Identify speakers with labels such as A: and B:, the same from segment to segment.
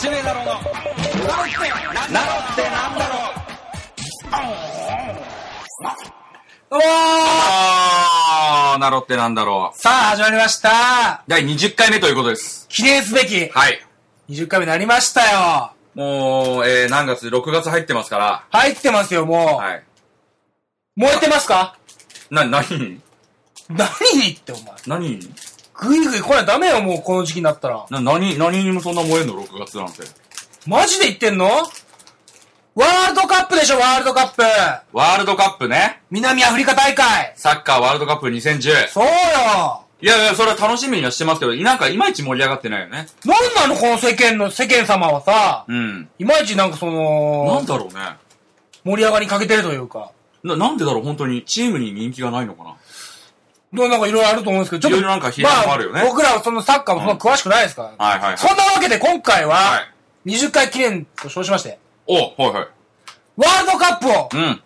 A: シュウだろうのなろってなんだろうどうも
B: あー、なろってなんだろう。
A: さあ始まりました
B: 第20回目ということです。
A: 記念すべき
B: はい。
A: 20回目になりましたよ
B: もう、えー、何月 ?6 月入ってますから。
A: 入ってますよもう、
B: はい。
A: 燃えてますか
B: な、なに
A: 何にってお前
B: なに
A: グイグイ来ないとダメよもうこの時期になったら
B: な、なに、何にもそんな燃えんの ?6 月なんて。
A: マジで言ってんのワールドカップでしょワールドカップ
B: ワールドカップね。
A: 南アフリカ大会
B: サッカーワールドカップ2010。
A: そうよ
B: いやいや、それは楽しみにはしてますけど、なんかいまいち盛り上がってないよね。
A: なんなのこの世間の、世間様はさ、
B: うん。
A: いまいちなんかそ
B: な
A: の
B: ん、だろうね。
A: 盛り上がりかけてるというか、
B: な、なんでだろう本当に。チームに人気がないのかな
A: どうなんかいろいろあると思うんですけど、
B: いろいろなんか批判もあるよね
A: ま僕らはそのサッカーもそんな詳しくないですから。
B: はいはいはい
A: そんなわけで今回
B: は、
A: はい20回記念と称しまして、
B: おはいはい。
A: ワールドカップを
B: うん。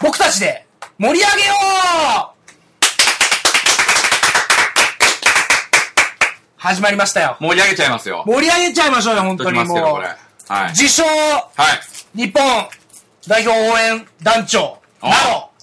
A: 僕たちで盛り上げよう始まりましたよ。
B: 盛り上げちゃいますよ。
A: 盛り上げちゃいましょうよ、本
B: ほ
A: 当に
B: ますけど、
A: も
B: こ
A: う
B: れ。。はい。
A: 自称、
B: はい。
A: 日本代表応援団長、な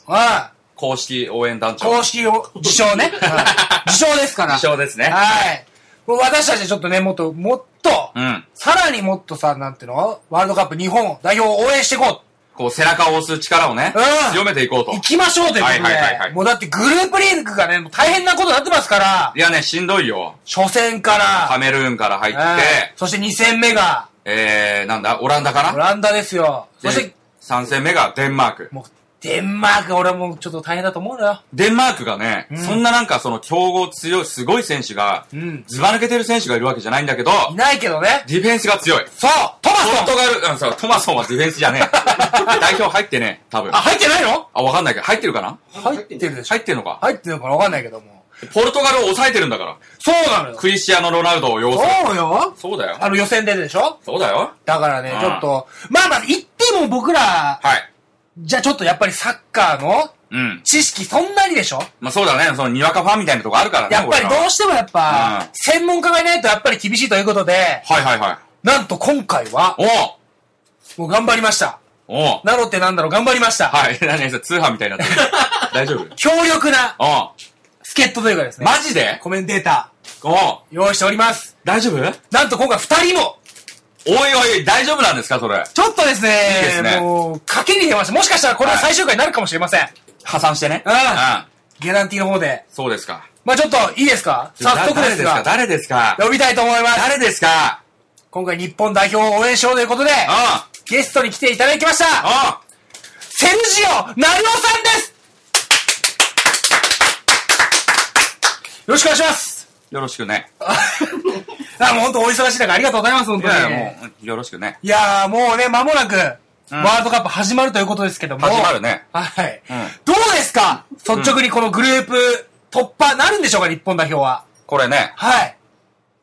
A: お、はい。
B: 公式応援団長。
A: 公式を、自称ね。 はい自称ですから。
B: 自称ですね
A: はい。もう私たちはちょっとね、もっと、もっと、
B: うん。
A: さらにもっとさ、なんていうのワールドカップ日本代表を応援していこ
B: こう、背中を押す力をね、
A: うん
B: 強めていこうと
A: う。行きましょうということで、
B: はいはいはいはい
A: もうだってグループリーグがね、もう大変なことになってますから、
B: いやね、しんどいよ。
A: 初戦か
B: カ
A: ら、
B: メルーンから入
A: はい
B: って、
A: そして2戦目が、
B: えー、なんだ、オランダ
A: オ
B: かな
A: ランダですよ。そして
B: で、、3戦目がデンマーク。
A: もう、デンマーク、俺はもうちょっと大変だと思うのよ。
B: デンマークがね、そんななんかその強豪強い、すごい選手が、
A: うん
B: ずば抜けてる選手がいるわけじゃないんだけど、
A: いないけどね。
B: ディフェンスが強い。
A: そうトマ
B: ポル
A: ト
B: トガル、うん、そう、トマソンはディフェンスじ ゃねえ。代表入ってねえ、多分
A: あ、。入ってないの
B: あ、わかんないけど、入ってるかな
A: 入ってるでしょ
B: 入ってるのか。
A: 入ってるのかなわかんないけども。
B: ポルトガルを抑えてるんだから。
A: そうなのよ。
B: クリスチアーノ・ロナウドを擁する。
A: そうよ。
B: そうだよ。
A: あの予選ででしょ
B: そうだよ。
A: だからね、
B: うん
A: ちょっと、まあまあ、言っても僕ら、
B: はい。
A: じゃあちょっとやっぱりサッカーの
B: うん。
A: 知識そんなにでしょ
B: まあそうだね、そのにわかファンみたいなとこあるからね。
A: やっぱり
B: 俺ら
A: どうしてもやっ
B: う
A: ぱ
B: ん、
A: 専門家がいないとやっぱり厳しいということで、
B: はいはいはい。
A: なんと今回は、もう頑張りました。
B: おうおう
A: なのってなんだろう、頑張りました。
B: はい、 何それ通販みたいになってる。 大丈夫
A: 強力な
B: お
A: 助っ人というかです
B: う
A: ね、
B: マジで
A: コメンテータ
B: おう
A: ー、用意しております。
B: 大丈夫おい
A: なんと今回二人も、
B: おい、大丈夫なんですかそれ。
A: ちょっとですね、
B: いいですね
A: もう、賭けに出ました。もしかしたらこれが最終回になるかもしれません。
B: 破産してね。
A: うん
B: う
A: ゲランティーの方で。
B: ん。そうですか。
A: まあちょっと、いいですか早速ですが。
B: 誰ですか
A: 呼びたいと思います。
B: 誰ですか
A: 今回日本代表を応援しようということで、
B: 誰ですか
A: ゲストに来ていただきました
B: お
A: セルジオ成尾さんですよろしくお願いし ます
B: うよろしくね。
A: あ、もう本当お忙しい中ありがとうございます、本
B: い
A: 当に。
B: やいや、もう、よろしくね。
A: いやーもうね、間もなく、
B: ん
A: ワールドカップ始まるということですけども。
B: 始まる。ね。
A: はい。
B: うん
A: どうですか率直にこのグループ突破なるんでしょうか、日本代表は。
B: これね。
A: はい。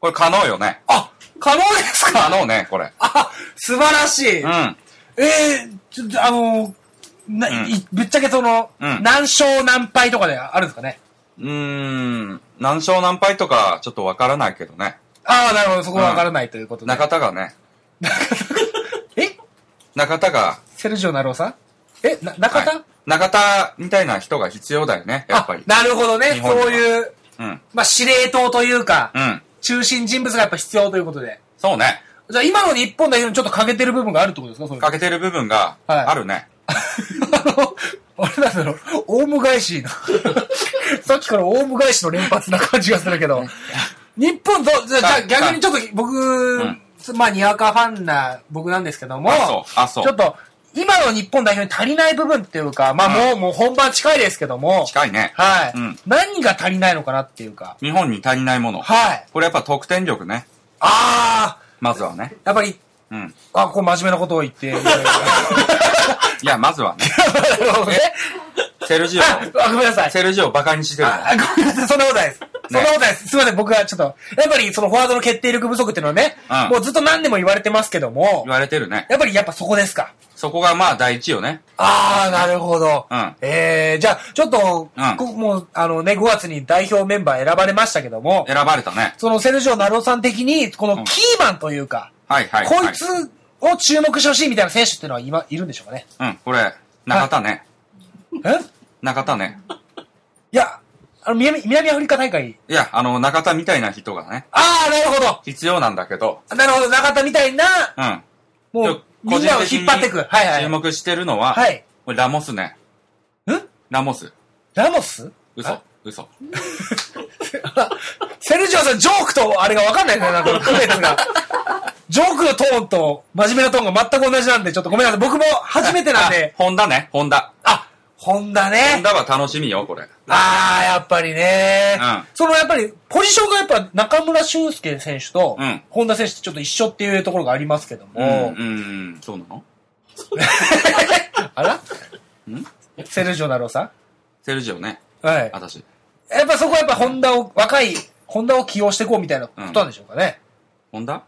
B: これ可能よね。
A: あ、可能ですか
B: 可能ね、これ。
A: あ、素晴らしい。
B: うん。
A: えー、ちょっと、あのーな、
B: うん
A: いぶっちゃけその、
B: うん
A: 何勝何敗とかであるんですかね。
B: うーん。何勝何敗とか、ちょっとわからないけどね。
A: ああ、なるほど、そこはわからないということで。
B: 中田がね、
A: え
B: 中田が、
A: セルジオ成尾さんえな、中田、
B: はい中田みたいな人が必要だよね、やっぱり
A: あ。なるほどね
B: 日。本には
A: そういう、
B: うん。
A: まあ、司令塔というか、
B: うん。
A: 中心人物がやっぱ必要ということで。
B: そうね。
A: じゃあ今の日本代表にちょっと欠けてる部分があるってことですかそれ
B: 欠けてる部分が
A: はい
B: あるね。
A: あの、あれなんだろう、オウム返しの、 さっきからオウム返しの連発な感じがするけど、日本と、じゃあじゃあ
B: はい
A: 逆にちょっと僕、
B: ん
A: まあ、にわかファンな僕なんですけども、
B: あそうあそう
A: ちょっと、今の日本代表に足りない部分っていうか、まあもう、もう本番近いですけども、
B: 近いね。
A: はい、
B: うん
A: 何が足りないのかなっていうか、
B: 日本に足りないもの。
A: はい。
B: これやっぱ得点力ね。
A: ああ、
B: まずはね。
A: やっぱり、
B: うん。
A: あ、こう真面目なことを言って、いやい やいや
B: いや、まずはね。
A: なるほどね
B: セルジオ、
A: あ、あごめんなさい。
B: セルジオをバカにしてるの。
A: あ、ごめんなさい、そんなことないです。そんなことないです。すいません、僕はちょっと、やっぱりそのフォワードの決定力不足っていうのはね、
B: うん
A: もうずっと何年も言われてますけども
B: 言、われてるね。
A: やっぱりやっぱそこですか。
B: そこがまあ第一よね。
A: あー、なるほど。
B: うん
A: えー、じゃあ、ちょっと、
B: うん
A: こもう、あのね、5月に代表メンバー選ばれましたけども、
B: 選ばれたね。
A: そのセルジオ・ナロさん的に、このキーマンというか、
B: はいはいはい
A: こいつを注目してほしいみたいな選手っていうのは今、いるんでしょう かね。
B: うん、これ、中田ね。
A: え
B: 中田ね。
A: いや、あの、南、南アフリカ大会。
B: いや、あの、中田みたいな人がね、
A: ああ、なるほど。
B: 必要なんだけど、
A: なるほど、中田みたいな、
B: うん。
A: もう、みんなを引っ張っていく。
B: 個人的に
A: はいはい。
B: 注目してるのは、
A: はい
B: これラモスね。
A: ん
B: ラモス。
A: ラモス
B: 嘘
A: あ。
B: 嘘。
A: セルジオさん、ジョークとあれがわかんないね、なん か、区別が。ジョークのトーンと真面目なトーンが全く同じなんで、ちょっとごめんなさい。僕も初めてなんで。
B: あホンダね、ホンダ。
A: あ、ホンダ
B: ホン
A: ね。
B: ダは楽しみよ、これ。
A: ああ、やっぱりね。
B: うん
A: そのやっぱり、ポジションがやっぱ中村俊輔選手と
B: うん、
A: ホンダ選手ってちょっと一緒っていうところがありますけども。
B: うん、 うん、そうなの
A: あらセルジオナローさ
B: セルジオね、
A: んはい。
B: 私。
A: やっぱそこはやっぱホンダを、若い、ホンダを起用していこうみたいなことなんでしょうかね。
B: ホンダ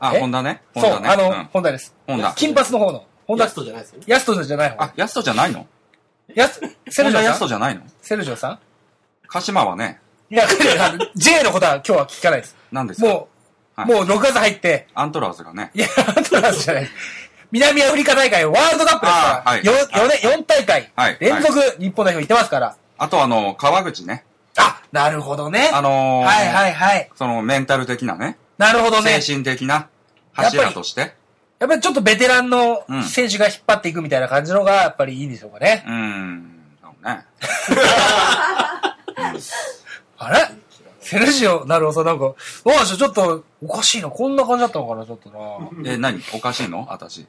B: あ、
A: え
B: ホンダね。ホン
A: そう、
B: ダね。
A: あの、
B: うん
A: ホンダです。
B: ホンダ。
A: 金髪の方の。ホン
C: ラ
A: ダ
C: ス、トじゃないですよね。
A: ヤストじゃない方。
B: あ、ヤストじゃないの
A: ヤス、セル
B: ホン
A: ジ
B: ダ
A: オ
B: ヤス
A: さ
B: ト
A: ん
B: じゃないの
A: セルジオさん
B: 鹿島はね、
A: いや、あの J のことは今日は聞かないです。
B: 何ですか
A: もう、
B: はい
A: もう6月入って、
B: アントラーズがね。
A: いや、アントラーズじゃない。南アフリカ大会、ワールドカップですか
B: あ
A: ら、
B: はい
A: よ
B: はい
A: よね4大会
B: はい、
A: 連続日本代表行ってますから。
B: あとあの、川口ね。
A: あ、なるほどね。
B: あのー
A: はいはいはい。
B: そのメンタル的なね、
A: なるほどね
B: 精。神的な
A: やっぱ
B: 柱
A: り
B: として、
A: やっぱりちょっとベテランの
B: うん
A: 選手が引っ張っていくみたいな感じのが、やっぱりいいんでしょうかね
B: う。ーん、あのね。
A: あれセルジオ、なるほど、なんか、どうなんでしょう、ちょっと、おかしいな、こんな感じだったのかな、ちょっとな。
B: え、何おかしいの私。
A: い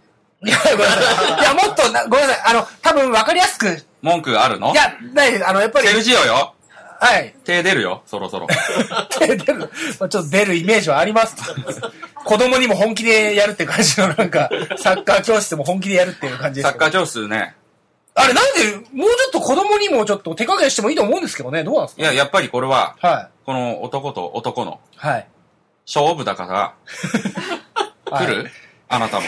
A: や、ごめんなさい。いや、もっとな、ごめんなさい。あの、多分分かりやすく、い
B: 文句あるの
A: や、ないです。あの、やっぱり
B: セ、ルジオよ
A: はい。
B: 手出るよ、そろそろ。
A: 手出る、まあ、ちょっと出るイメージはあります。子供にも本気でやるって感じの、なんか、サッカー教室も本気でやるっていう感じで
B: サ
A: す
B: ッ
A: け
B: カ
A: ど
B: ー。教室ね。
A: あれ、なんで、もうちょっと子供にもちょっと手加減してもいいと思うんですけどね、どうなんです
B: いや、やっぱりこれは、
A: かはい。
B: この男と男の
A: はい。
B: 勝負だから、
A: はい
B: 来る あなたも。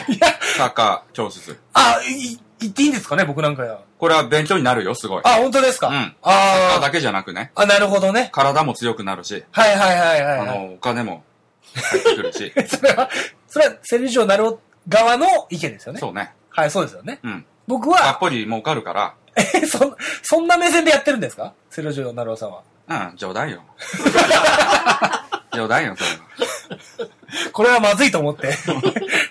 B: サッカー教室。
A: あ、い、言っていいんですかね、僕なんかや。
B: これは勉強になるよ、すごい。
A: あ、本当ですか
B: うんサッカー
A: あ
B: だけじゃなくね、
A: あ、あ、なるほどね。
B: 体も強くなるし、
A: はいはいはいはい
B: あ
A: はい。
B: の、お金も入ってくるし。
A: それは、それはセルジオ・ナロ側の意見 ですよね。
B: そうね。
A: はい、そうですよね。
B: うん。
A: 僕
B: たっ
A: は、
B: ぽり儲かるから、
A: え、そん、そんな目線でやってるんですかセルジオ・ナロさんは。
B: うん、冗談よ。冗談よ、それは。
A: これはまずいと思 って、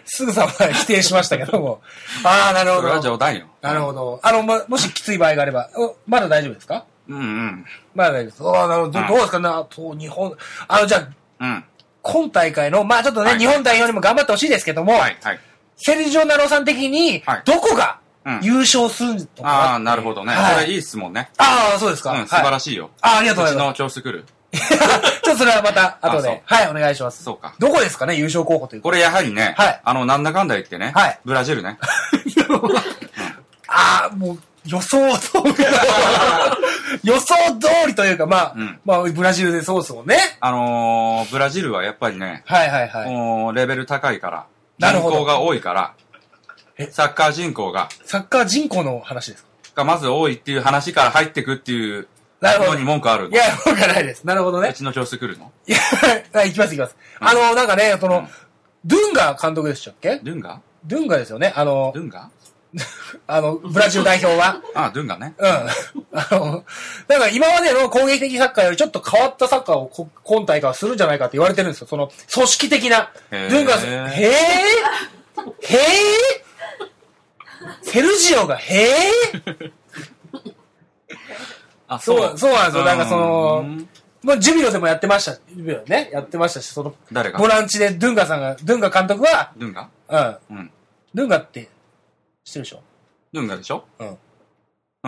A: すぐさま否定しましたけど も。ああ、なる
B: そ
A: ほ
B: れは
A: ど。
B: 冗談よ。
A: なるほど。あの、ま、もしきつい場合があれば、おまだ大丈夫ですか
B: うんうん。
A: まだ大丈夫です。ああ、なるほど。どどうですかな、と、日本、あの、じゃあ、
B: うん。
A: 今大会の、まあちょっとね、
B: はい
A: 日本代表にも頑張ってほしいですけども、
B: はい、はい。
A: セルジオ・ナロさん的に
B: はい、
A: どこが
B: うん
A: 優勝するのか、
B: ああ、なるほどね。
A: はい
B: これいい質問ね。
A: ああ、そうですか。
B: うん、素晴
A: はい
B: らしいよ。
A: あ、ありがとう
B: う
A: ご
B: ち
A: ざいます。
B: の教室来る。
A: ちょっとそれはまた後
B: あそう
A: で。はい、お願いします。
B: そうか
A: どこですかね、優勝候補というか。
B: これやはりね、
A: はい
B: あの、なんだかんだ言ってね、
A: はい
B: ブラジルね。
A: ああ、もう、予想通 りだ予想通りというか、まあ、
B: うん
A: まあ、ブラジルでそうですもんね。
B: あのー、ブラジルはやっぱりね、
A: はいはいはい。
B: もうレベル高いから、
A: なる
B: 人
A: ほど
B: 口が多いから
A: え、
B: サッカー人口が、
A: サッカー人口の話ですか
B: がまず多いっていう話から入ってくっていう
A: なるほ
B: の
A: ど。
B: に
A: い
B: 文句あるの。
A: や、わからないです。なるほど
B: う
A: ね。
B: ちの教室来るの
A: いや、はい、行きます行きます。あの、なんかね、その、
B: うん
A: ドゥンガ監督でしたっけ
B: ドゥンガ
A: ドゥンガですよね。あの
B: ドゥ、ンガ
A: あの、ブラジル代表は。
B: ああ、ドゥンガね。
A: うん。あの、なんか今までの攻撃的サッカーよりちょっと変わったサッカーをこ今大会はするんじゃないかって言われてるんですよ。その、組織的な。ド
B: へー
A: ゥンガス、へーへーセルジオが、へー
B: あ、
A: そう、そうなんですよ。なんかその
B: う、ん
A: もうジュビロでもやってました。ジュビロね、やってましたし、その、
B: 誰が
A: ボランチでドゥンガさんが、ドゥンガ監督は、
B: ドゥンガ
A: うん、
B: うん。
A: ドゥンガって、知ってるでしょ
B: ドゥンガでしょ
A: うん。
B: う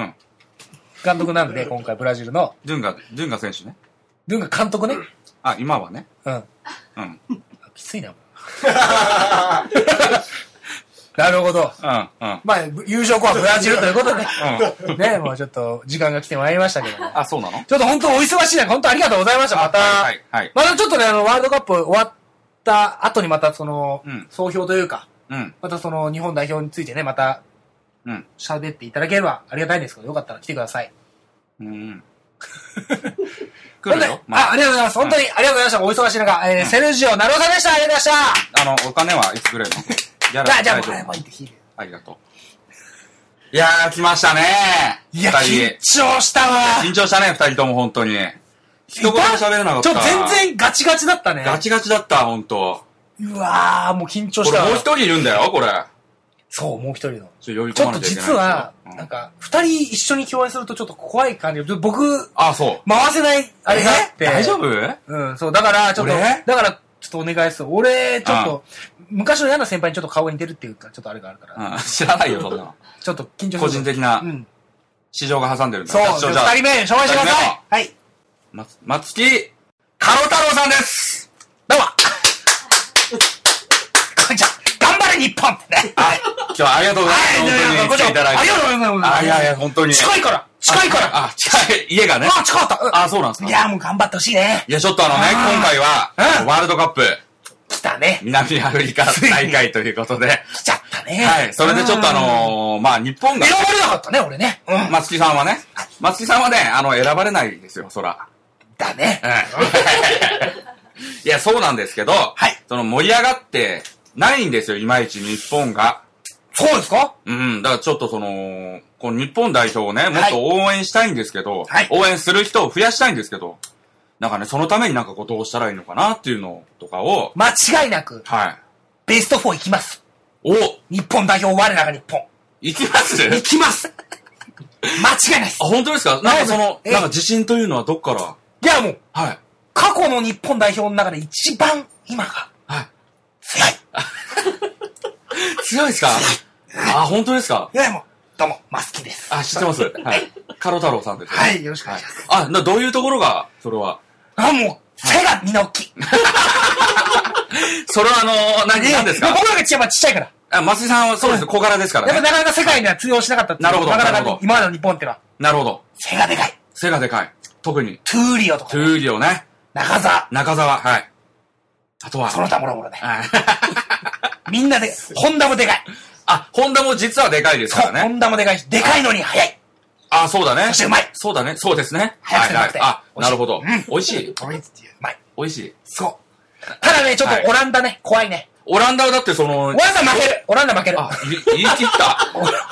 B: ん。
A: 監督なんで、今回ブラジルの、
B: ドゥンガ、ドゥンガ選手ね。
A: ドゥンガ監督ね。
B: あ、今はね。
A: うん。
B: うん。
A: きつい な。なるほど。
B: うん、うん。
A: まあ、優勝校はブラジルということで、
B: う
A: ね、もうちょっと時間が来てまいりましたけども。
B: あ、そうなの
A: ちょっと本当お忙しい中、本当ありがとうございました。また、
B: はい、はい。
A: またちょっとね、あの、ワールドカップ終わった後にまたその、
B: うん
A: 総評というか、
B: うん、
A: またその日本代表についてね、また
B: うん、
A: 喋 っていただければありがたいんですけど、よかったら来てください。
B: うん。来
A: 本
B: るよ。
A: 当にあ、ありがとうございます。本当に、ありがとうございました。お忙しい中、えーセルジオ、ナロさんでした。ありがとうございまし
B: あの、お金はいつぐらいのギャ
A: た。
B: ラ
A: じゃあ、じゃあ、も
B: 大丈夫
A: うもういいって聞いて
B: ありがとう。いやー、来ましたね
A: いや、
B: 二
A: 緊張したわ。
B: 人。緊張したね、二人とも本当に。一言も喋れなかった。
A: ちょ、全然ガチガチだったね。
B: ガチガチだった、本当
A: うわー、もう緊張
B: こ
A: し
B: れ
A: た
B: も
A: わ
B: う一。人いるんだよ、これ。
A: そう、もう一人の。
B: ちょっ
A: ちょっ
B: と呼び込ま
A: と
B: なきゃいけない
A: 実は、
B: うん
A: なんか、二人一緒に共演するとちょっと怖い感じ。ちょ僕、
B: あ、そう。
A: 回せない、あれがあって。
B: え大丈夫うん。
A: うん、そう、だから、ちょっと、
B: 俺
A: だから、ちょっとお願いする。俺、ちょっと、昔の嫌な先輩にちょっと顔が似てるっていうか、ちょっとあれがあるから、
B: 知らないよ、そんなの。
A: ちょっと緊張する。
B: 個人的な
A: うん。
B: 市場が挟んでるんだ。
A: そう、
B: 私
A: じ
B: と
A: ゃ
B: じゃ
A: あ二
B: あ
A: 人目、紹介してください。はい。
B: 松松木、カロ太郎さんです
A: どうも。 こんにちは。頑張れ日本ってね。はい。
B: 今日はありがとうございま
A: は
B: す。
A: い、
B: 本
A: じゃあ
B: 当に来ていただい
A: あ
B: て
A: り。がとうございます。
B: あ、いやいや、本当に。
A: 近いから近いから
B: あ、近い。家がね。
A: ああ、近かった。
B: あ、そうなんです
A: い
B: か。
A: や、もう頑張ってほしいね。
B: いや、ちょっとあのね、
A: あー
B: 今回は
A: う、ん
B: ワールドカップ、
A: 来たね。
B: 南アフリカ大会ということで、
A: 来ちゃったね。
B: はい、それでちょっとあ
A: うん
B: のーまあ、日本が
A: 選、ばれなかったね、俺ね。うん。
B: 松木さんはね、松木さんはね、あの、選ばれないですよ、そら。
A: だね。
B: ええ いや、そうなんですけど、
A: はい
B: その盛り上がってないんですよ、いまいち日本が。
A: そうですか
B: うん、だからちょっとその、この日本代表をね、もっと応援したいんですけど、
A: はい
B: 応援する人を増やしたいんですけど、なんかね、そのためになんかこうどうしたらいいのかなっていうのとかを、
A: 間違いなく、
B: はい。
A: ベスト4行きます。
B: お
A: 日本代表、我らが日本。
B: 行きます
A: 行きます間違いないです
B: あ、。本当ですかなんかその、
A: ええ
B: なんか自信というのはどっから
A: いや、もう、
B: はい。
A: 過去の日本代表の中で一番今が
B: はい。
A: 強い。
B: 強いですかあ、本当ですか
A: いや、もう、どうも、マスキです。
B: あ、知ってます。はい。カロ太郎さんですよね、
A: はい、よろしくお願いします。
B: あ、な、どういうところが、それは。
A: あ、もう、背がみんな大きい。
B: それはあのー、何、何ですか
A: 僕らがやっぱちっちゃいから。
B: あ、松井さんはそうですよ、小柄ですか
A: やっ
B: ら
A: ぱ
B: ね。
A: なかなか世界には通用しなかったっていう
B: なるほど
A: なか
B: な
A: な
B: るほ
A: か
B: ど
A: 今までの日本ってのは、
B: なるほど。
A: 背がでかい。
B: 背がでかい。特に。
A: トゥーリオと
B: ト
A: か、
B: ゥーリオね。
A: 中澤、
B: 中澤、はい。あとは。
A: その他もろもろね。
B: はい
A: みんなで、ホンダもでかい。
B: あ、ホンダも実はでかいです
A: そ
B: か
A: う、
B: ら
A: ホ
B: ね。
A: ンダもでかいし、でかいのに速い。
B: あ、そうだね。
A: そしてうまい
B: そうだね。そうですね。
A: 早くてうまくて
B: あ、
A: 美味し
B: ないるほ
A: う
B: ど
A: ん。
B: 美味しい。
A: トリンツっていう。うまい。
B: 美味しい。
A: そう。ただね、ちょっとオランダね、怖いね。
B: オランダはだってその、
A: オランダ負ける。オランダ負ける。
B: あ、い言い切 った。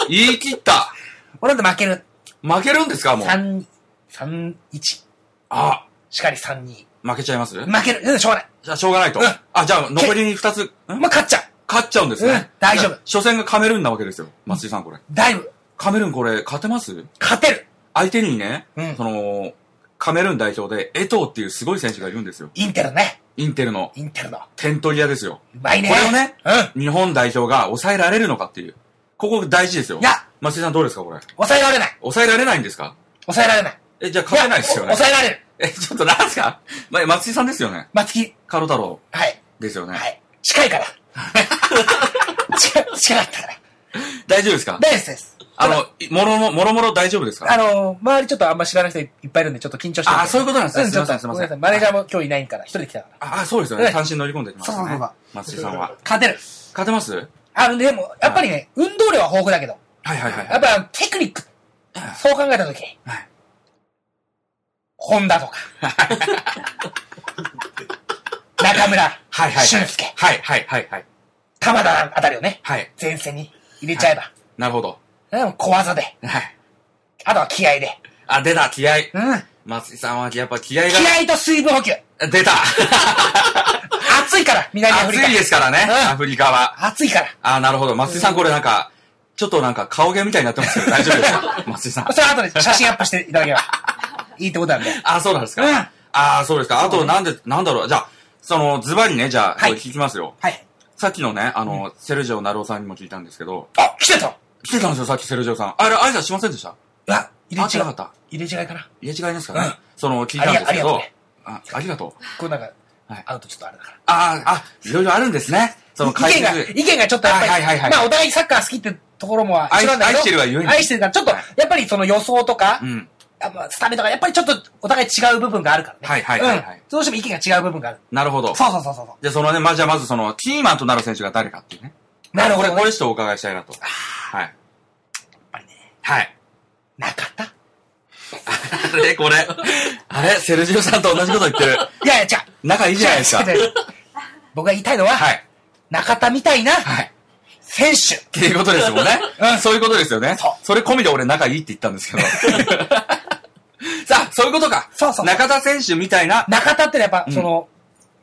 B: 言い切った。
A: オランダ負ける。
B: 負けるんですかもう。
A: 3、3、1。
B: あ、
A: しかり3、2。
B: 負けちゃいます
A: 負ける。うん、しょうがない。
B: じゃあ、しょうがないと
A: うん。
B: あ、じゃあ、残りに2つ、ん
A: まあ、勝っちゃう。
B: 勝っちゃうんです
A: うん
B: ね。
A: 大丈夫
B: 初戦がカメルーンなわけですよ。松井さん、これ。
A: だいぶ、
B: カメルーンこれ、勝てます
A: 勝てる。
B: 相手にね
A: うん、
B: その、カメルーン代表で、江藤っていうすごい選手がいるんですよ。
A: インテルね。
B: インテルの
A: インテルの。う
B: 点取り屋ですよ。
A: まいね。
B: これをね
A: うん。
B: 日本代表が抑えられるのかっていう。ここ大事ですよ。
A: いや
B: 松井さんどうですか、これ。
A: 抑えられない。
B: 抑えられないんですか
A: 抑えられない。
B: え、じゃあ勝てないですよ
A: や
B: ね
A: お。抑えられる。
B: え、ちょっとなんすかま、松井さんですよね。
A: 松木。
B: カロ太郎
A: はい。
B: ですよね。
A: はい。近い から。近い近かったから。
B: 大丈夫ですか
A: 大丈夫です。
B: あの、いもろも、もろもろ大丈夫ですか
A: あのー、周りちょっとあんま知らない人いっぱいいるんで、ちょっと緊張してる
B: あそういうことなんですね
A: ちょっと
B: すいませんすいません
A: ごめなさマネージャーも今日いないから、一人で来たから。
B: あ、あそうですよね。
A: うん
B: 単身乗り込んできました
A: そうそう
B: ね
A: そう。
B: 松井さんは。
A: 勝てる。
B: 勝てますはい
A: あの、でも、やっぱりね、運動量は豊富だけど、
B: はいはい
A: や
B: は
A: っぱテクニック、そう考えたとき、
B: はい
A: ホンダ とか、中村、
B: はいはい
A: 俊介、
B: はいはいはいはい。
A: 玉田あたりをね、
B: はい。
A: 前線に入れちゃえば、
B: なるほど。
A: うん小技で、
B: はい。
A: あとは気合で、
B: あ、出た、気合。
A: うん
B: 松井さんはやっぱ気合が。
A: 気合と水分補給。
B: 出た
A: 暑いから、南アフ
B: 暑
A: リカ。
B: いですからね、
A: うん
B: アフリカは。
A: 暑いから。
B: あ、なるほど。松井さんこれなんか、ちょっとなんか顔芸みたいになってま すけど、大丈夫ですか松井さん。
A: それは後で写真アップしていただければ、いいってことなんで。
B: あ、そうなんですか。
A: うん
B: ああ、そうですか。あと、なんで、なんだろう。じゃあ、その、ズバリね、じゃあ、
A: はい
B: これ聞きますよ。
A: はい。
B: さっきのね、あの、セルジオ・ナルオさんにも聞いたんですけど、
A: あ、来てた
B: 来てたんですよ、さっきセルジオさん。あれ、挨拶しませんでした
A: あ、入れ
B: あ違
A: 違い
B: かっ。た。
A: 入れ違いかな。
B: 入れ違いですかね。
A: うん
B: その、聞いたんですけど、あありがとう。
A: こうなんか、
B: はい
A: あのとちょっとあれだから。
B: ああ、あ、いろいろあるんですね。その、
A: 意見が、意見がちょっとやっぱり、
B: はいはいはいはい
A: まあお互いサッカー好きってところも一緒なんだけど、
B: 愛愛してるがゆえに
A: 愛してるから、ちょっと、やっぱりその予想とか、
B: うん。
A: あまあスタメンとか、やっぱりちょっとお互い違う部分があるからね。
B: はいはいはいはい
A: うん。どうしても意見が違う部分がある。
B: なるほど。
A: そうそうそうそうそ
B: じゃあ、そのね、まあ、じゃあ、まずその、キーマンとなる選手が誰かっていうね。
A: う。なるほど、
B: これ、
A: ね。
B: これちょっとお伺いしたいなと。はい。やっ
A: ぱり
B: ね。はい。
A: なかった
B: あれ、これ。
C: あれセルジオさんと同じこと言ってる。
A: いやいや、じゃ
B: 仲いいじゃない ですか。はい。
A: 僕が言いたいのは、中田みたいな
B: はい。
A: 選手。
B: っていうことですもんね。
A: うん
B: そういうことですよね。
A: そう
B: それ込みで俺仲いいって言ったんですけ ど。さあ、そういうことか。
A: そうそう
B: 中田選手みたいな。
A: 中田ってのはやっぱ、
B: うん
A: その、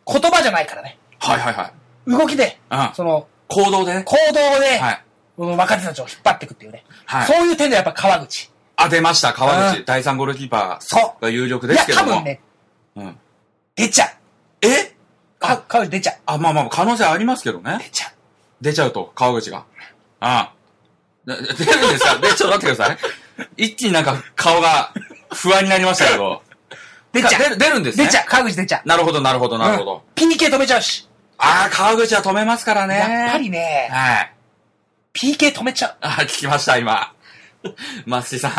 A: 言葉じゃないからね。
B: はいはいはい。
A: 動きで、
B: うん
A: その、
B: 行動でね。
A: 行動で、
B: はい。
A: この若手たちを引っ張っていくっていうね。
B: はい
A: そういう点でやっぱ川口。
B: あ、出ました。川
A: う
B: 口。第3ゴールキーパ
A: そう
B: ーが有力
A: い
B: で
A: や
B: す、け
A: 多
B: ども。
A: 分ね、
B: うん。
A: 出ちゃう。
B: え
A: か川口出ちゃう。
B: あ、まあまあ、可能性ありますけどね
A: 出。ちゃう。
B: 出ちゃうと、川口が。ああ。な出るんです かで、ちょっと待ってください。一気になんか顔が不安になりましたけど。
A: 出ちゃう
B: 出る、出るんですね。
A: 出ちゃう。川口出ちゃう。
B: なるほど、なるほど、なるほど。
A: うん PK 止めちゃうし。
B: ああ、川口は止めますからね。
A: やっぱりね、
B: はい。
A: PK 止めちゃう。
B: あー聞きました、今。 マッシーさん。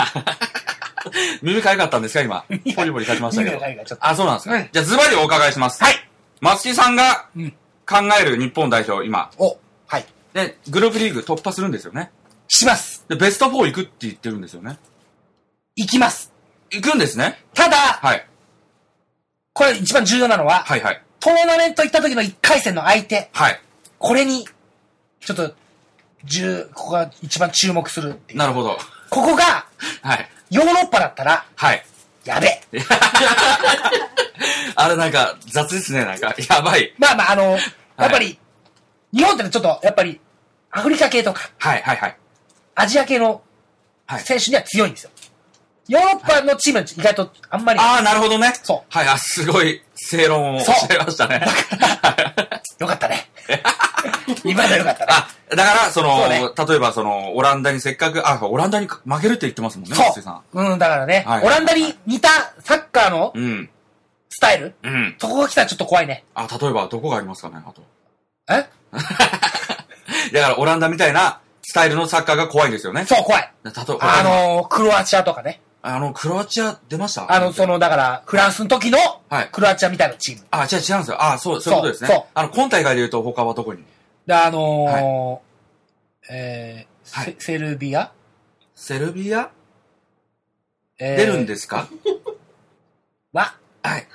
B: 耳かゆかったんですか、今。ポリポリかきましたけ
A: 耳
B: ど
A: が痒いからちょっ。と
B: あ、そうなんですか。
A: うん
B: じゃあ、ズバリお伺いします。
A: はい。
B: マッシーさんが
A: うん
B: 考える日本代表、今。
A: お、はい。
B: で、グループリーグ突破するんですよね。
A: します。
B: で、ベスト4行くって言ってるんですよね。
A: 行きます。
B: 行くんですね。
A: ただ、
B: はい。
A: これ一番重要なのは、
B: はいはい。
A: トーナメント行った時の1回戦の相手、
B: はい。
A: これに、ちょっと、重、ここが一番注目するっていう。
B: なるほど。
A: ここが、
B: はい。
A: ヨーロッパだったら、
B: はい。
A: やべ。
B: あれなんか、雑ですね、なんか。やばい。
A: まあまあ、あの、やっぱり、日本ってのはちょっと、やっぱり、アフリカ系とか、
B: はいはいはい。
A: アジア系の
B: はい
A: 選手には強いんですよ。ヨーロッパのチームは意外とあんまり、
B: ああ、なるほどね。。
A: そう
B: はい、あ、すごい、正論をおっ
A: そう
B: しゃいましたね。
A: よかったね。 今のよかったね。
B: あ、だから、その、
A: そうね
B: 例えばその、オランダにせっかく、あ、オランダに負けるって言ってますもんね、松井さ
A: そ
B: ん。
A: う。うん、だからね、
B: はい
A: オランダに似たサッカーの
B: うん。
A: スタイル、
B: うん。
A: そこが来たらちょっと怖いね。
B: あ、例えばどこがありますかね、あと。
A: え
B: だから、オランダみたいなスタイルのサッカーが怖いんですよね。
A: そう、怖い。
B: 例えば、
A: あ、のー、クロアチアとかね。
B: あの、クロアチア出ました
A: あの、そ、の、だから、フランスの時の
B: はい、
A: クロアチアみたいなチーム。
B: あ、違う、違うんですよ。あ、そう、そういうことですね。
A: そうそう
B: あの、今大会で言うと他はどこに
A: で、あのー、えー
B: はい
A: セセルビア
B: セルビア
A: えー
B: 出るんですか、
A: は、
B: はい。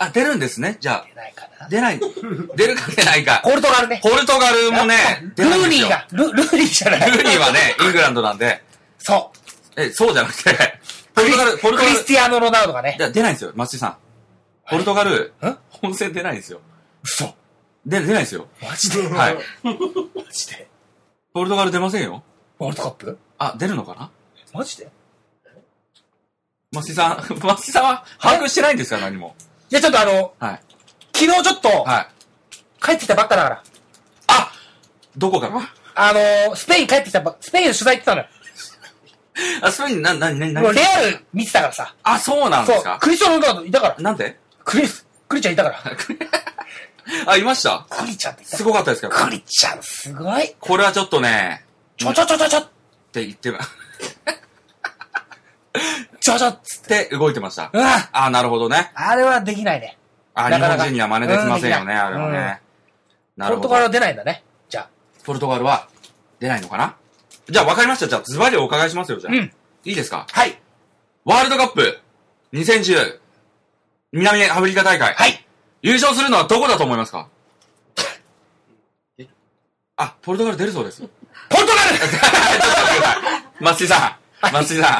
B: あ、出るんですね、じゃ
A: 出ないか
B: あ。
A: な。
B: 出ない。出るか出ないか。
A: ポルトガルね。
B: ポルトガルもね、
A: ルーニーが、ルルーニーじゃない。
B: 出ないんですよ。ルーニーはね、イングランドなんで、
A: そう。
B: え、そうじゃなくて、ポルトガル、ポル
A: ク
B: トガ
A: リ
B: ル
A: ス、ティアーノ・ロナウドがね
B: い。や出ないんですよ、松井さん。ポルトガル
A: えん、
B: 本戦出ないんですよ。
A: 嘘。
B: 出、出ないんですよ。
A: マジで
B: はい。
A: マジで
B: ポルトガル出ませんよ。
A: ワールドカップ
B: あ、出るのかな
A: マジでい
B: 松井さん、 松井さんは把握してないんですか、何も。
A: や、ちょっとあの、
B: はい。
A: 昨日ちょっと、
B: はい。
A: 帰ってきたばっかだから。
B: あどこから
A: あのー、スペイン帰ってきたばっスペインの取材行ってたのよ。
B: あ、スペイン、な、な、な、
A: でも
B: な、
A: レアル見てたからさ。
B: あ、そうなんで
A: そ
B: す
A: う
B: か。。
A: クリスティアーノ・ロナウドいたから。
B: なんで
A: クリス、クリちゃんいたから。
B: あ、いました
A: クリちゃんっていた
B: す。ごかったですけど。
A: クリちゃんすごい。
B: これはちょっとね、
A: ちょちょちょちょちょ、
B: って言って、っ
A: ちょちょっつって。
B: て動いてました
A: う。わ
B: あ、なるほどね。
A: あれはできないね。
B: あ、
A: な
B: 日
A: かなか
B: 本人には真似できませんよ
A: うんでき
B: ね、
A: ない
B: あれはね。な
A: ポル
B: るほ
A: ト。
B: ど
A: ガルは出ないんだね。じゃ
B: ポルトガルは出ないのかなじゃあ分かりました。じゃあズバリお伺いしますよ、じゃ
A: あ。
B: あ。
A: う
B: い
A: ん。
B: いですか
A: はい。
B: ワールドカップ2010南アフリカ大会。
A: はい。
B: 優勝するのはどこだと思いますかあ、ポルトガル出るそうです。ちょっ
A: ポルトガル
B: と 待ってください松井さん。松井さ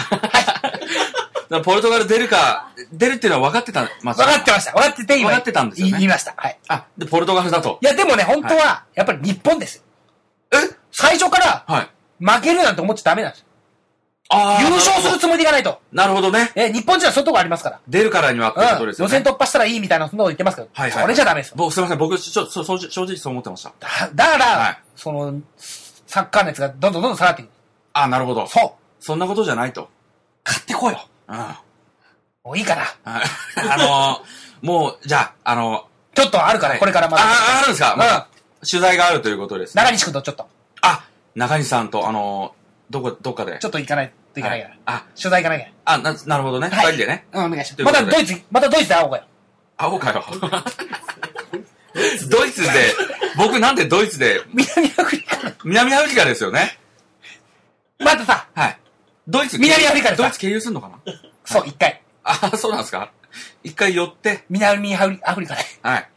B: ん。 ポルトガル出るか、出るっていうのは分かってた、松井さ
A: 分
B: ん。
A: かってました。分かってて今。
B: 分かってたんですよね
A: 言い言いました。はい。
B: あ、で、ポルトガルだと
A: い。や、でもね、本当は、やっぱり日本ですよ。
B: え
A: 最初から、
B: はい。
A: 負けるなんて思っちゃダメなんですよ。
B: あー
A: 優勝するつもりでいかないと。
B: なるほどね。
A: え、日本人はそういうとこありますから。
B: 出るからにはってこと
A: うん。
B: ですよ
A: 予
B: ね。
A: 選突破したらいいみたいな、そんなこと言ってますけど。
B: はいはいはい
A: それじゃダメですよ。
B: 僕、すみません。僕、ちょ、ちょ正直正直そう思ってました。
A: だだから、
B: はい
A: その、サッカー熱がどんどんどんどん下がっていくる。
B: あ、なるほど。そ
A: そう。
B: んなことじゃないと。
A: 買ってこいよ。
B: うん。はい
A: もういいから。
B: あのー、もう、じゃあ、あの
A: ちょっとあるから、
B: ー、
A: これからま
B: あ
A: だ。
B: あ、あるんですか、まだ取材があるということです。
A: 中西君とちょっと、
B: あ、中西さんと、あのー、どこ、どっかで。
A: ちょっと行かないといけないから。
B: あ、
A: 取材行かなきゃ。
B: あ、な、なるほどね。二、
A: はい
B: 人でね。
A: うん、お願いし
B: と
A: ま
B: い
A: す。
B: うこ
A: ま
B: と
A: た
B: で
A: ドイツ、またドイツで会おうかよ。
B: 会おうかよ。 ドイツで、僕なんでドイツで、
A: 南アフリカ。
B: 南アフリカですよね。
A: またさ、
B: はい。ドイツ、
A: 南アフリカでさ
B: ドイツ経由するのかな
A: そう、一回。
B: あ、そうなんですか一回寄って、
A: 南アフリアフリカで
B: はい。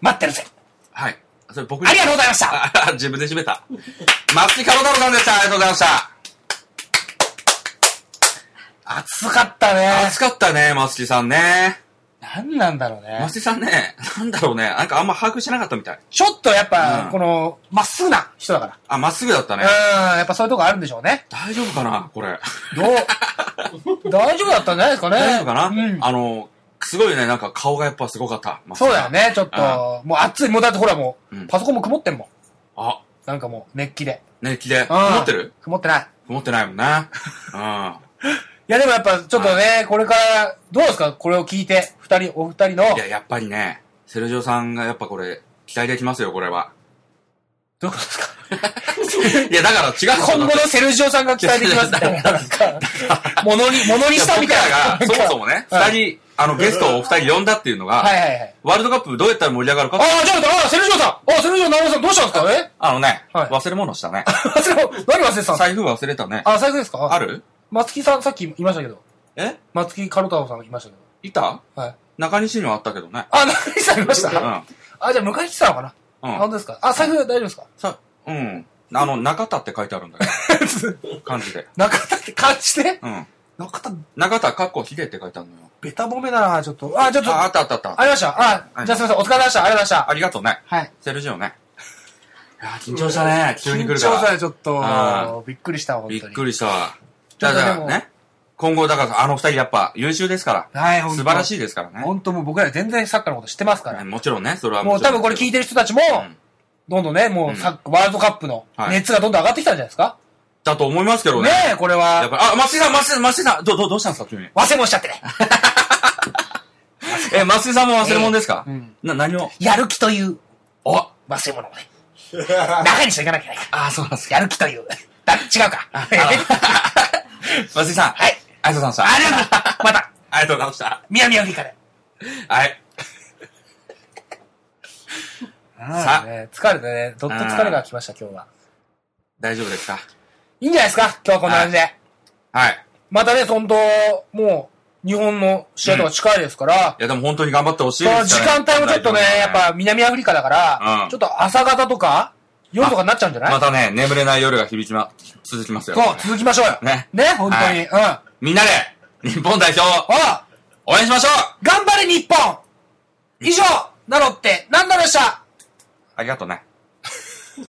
A: 待ってるぜ。
B: はい。それ僕に
A: ありがとうございました。
B: あ 自分で締めた。松井か太郎さんでした。ありがとうございました。
A: 暑かったね。
B: 暑かったね、松井さんね。
A: 何なんだろうね。
B: 松井さんね、なんだろうね。なんかあんま把握してなかったみたい。
A: ちょっとやっ
B: う
A: ぱ
B: ん、
A: この、まっすぐな人だから。
B: あ、まっすぐだったね。
A: うん、やっぱそういうとこあるんでしょうね。
B: 大丈夫かなこれ。
A: ど う大丈夫だったんじゃないですかね。
B: 大丈夫かな、
A: うん。
B: あの、すごいね、なんか顔がやっぱすごかった。松井
A: そうだ
B: さ
A: よ
B: ん。
A: ね、ちょっと。もう暑い。もうだってほらも
B: う
A: う、
B: ん
A: パソコンも曇ってんもん。
B: あ、
A: なんかもう、熱気で。
B: ね、気で。
A: うん
B: 持ってる
A: 曇ってない。
B: 持ってないもんな。うん。
A: いやでもやっぱちょっとね、これから、どうですかこれを聞いて、二人、お二人の。ど
B: いう
A: い
B: や、
A: う
B: やっぱりね、セルジオさんがやっぱこれ、期待できますよ、こ れは。
A: ことですか
B: いや、だから違うんですよ
A: 今後のセルジオさんが期待できますみたいな。なんか、ものに、ものにしたみたいな。
B: 僕らが、そもそもね、
A: は
B: 二
A: い
B: 人、あの、ゲストをお二人呼んだっていうの
A: は
B: が、
A: いはいはい。
B: ワールドカップどうやったら盛り上がるか
A: ああ、ちょっと、ああ、セルジオさんああ、セルジオ直美さんどうしたんですかえ
B: あのね、
A: はい
B: 忘れ物したね。
A: 忘れ物何忘れてたんですか
B: 財布忘れたね。
A: あ、財布ですか
B: ある
A: 松木さん、さっき言いましたけど。
B: え
A: 松木カロ太郎さん言いましたけど。
B: いた
A: はい。
B: 中西にはあったけどね。
A: あ、中西さんいまし
B: う
A: た
B: ん。
A: あ、じゃあ迎え来てたのかな
B: うん
A: 本当ですかあ、財布大丈夫ですか
B: さ、うん。あの、中田って書いてあるんだ けど、漢字で。
A: 中田って感じで
B: うん。
A: 中田、
B: 中田、かっこひでって書いてあるのよ。
A: ベタ褒めだな、ちょっと。あ、ちょっと、
B: あ、あ
A: あ
B: ったあったあった。
A: りました。あ、じゃあすいません。お疲れ様でした。ありがとうございま
B: ありがとうね。
A: した。はい。
B: セルジオね。いやー、緊張したね。急に来るか
A: 緊張
B: ら
A: さ。ちょっと
B: う、
A: びっくりしたわ、本
B: びっ
A: 当に。
B: くりしたわ。
A: ちょっ
B: だ
A: と
B: から
A: でも
B: ね、今後、だからあの二人やっぱ優秀ですか
A: はい、
B: ら、
A: 本当
B: 素晴らしいですからね。
A: 本当もう僕ら全然サッカーのこと知ってますから。
B: もちろんね、それは
A: もう多分これ聞い
B: て、
A: てる人たちも、
B: うん
A: どんどんね、もうサッカー、ワールドカップの
B: はい
A: 熱がどんどん上がってきたんじゃないですか、
B: だと思いますけどね。
A: ねえ、これ
B: やっ
A: は、
B: ぱり、あ、松井さん、松井さん、松井さん、ど、ど、どうしたんですか、急に。
A: 忘れ物しちゃってね。
B: え、松井さんも忘れ物ですか
A: ええうん
B: な、何を
A: やる気という
B: あ、
A: 忘れ物をね、中にしていかなきゃいけないから。あ、そうなんですやる気という。だ違うか。ありが とう
B: 松井さん。
A: はい。
B: ありがとうございました。
A: また、
B: ありがとうございま
A: 南アフリカで。
B: した。はい。
A: さあ、疲れてね、どっと疲れが来ました、今日は。
B: 大丈夫ですか
A: いいんじゃないですか今日はこんな感じで。
B: はい。
A: またね、本当もう、日本の試合とか近いですから、
B: いや、でも本当に頑張ってほしい
A: そ
B: です
A: の
B: よね
A: 時間帯もちょっとね、やっ。ぱ南アフリカだから、
B: うん
A: ちょっと朝方とか、夜とかになっちゃうんじゃない、
B: またね、眠れない夜が響きま、続きますよ。
A: そう、続きましょうよ。
B: ね
A: ね、本当に。
B: はい
A: うん。あ
B: みんなで、日本代表を
A: あ
B: 応援しましょう
A: 頑張れ日本以上、なのって、なんだでした
B: ありがとうね。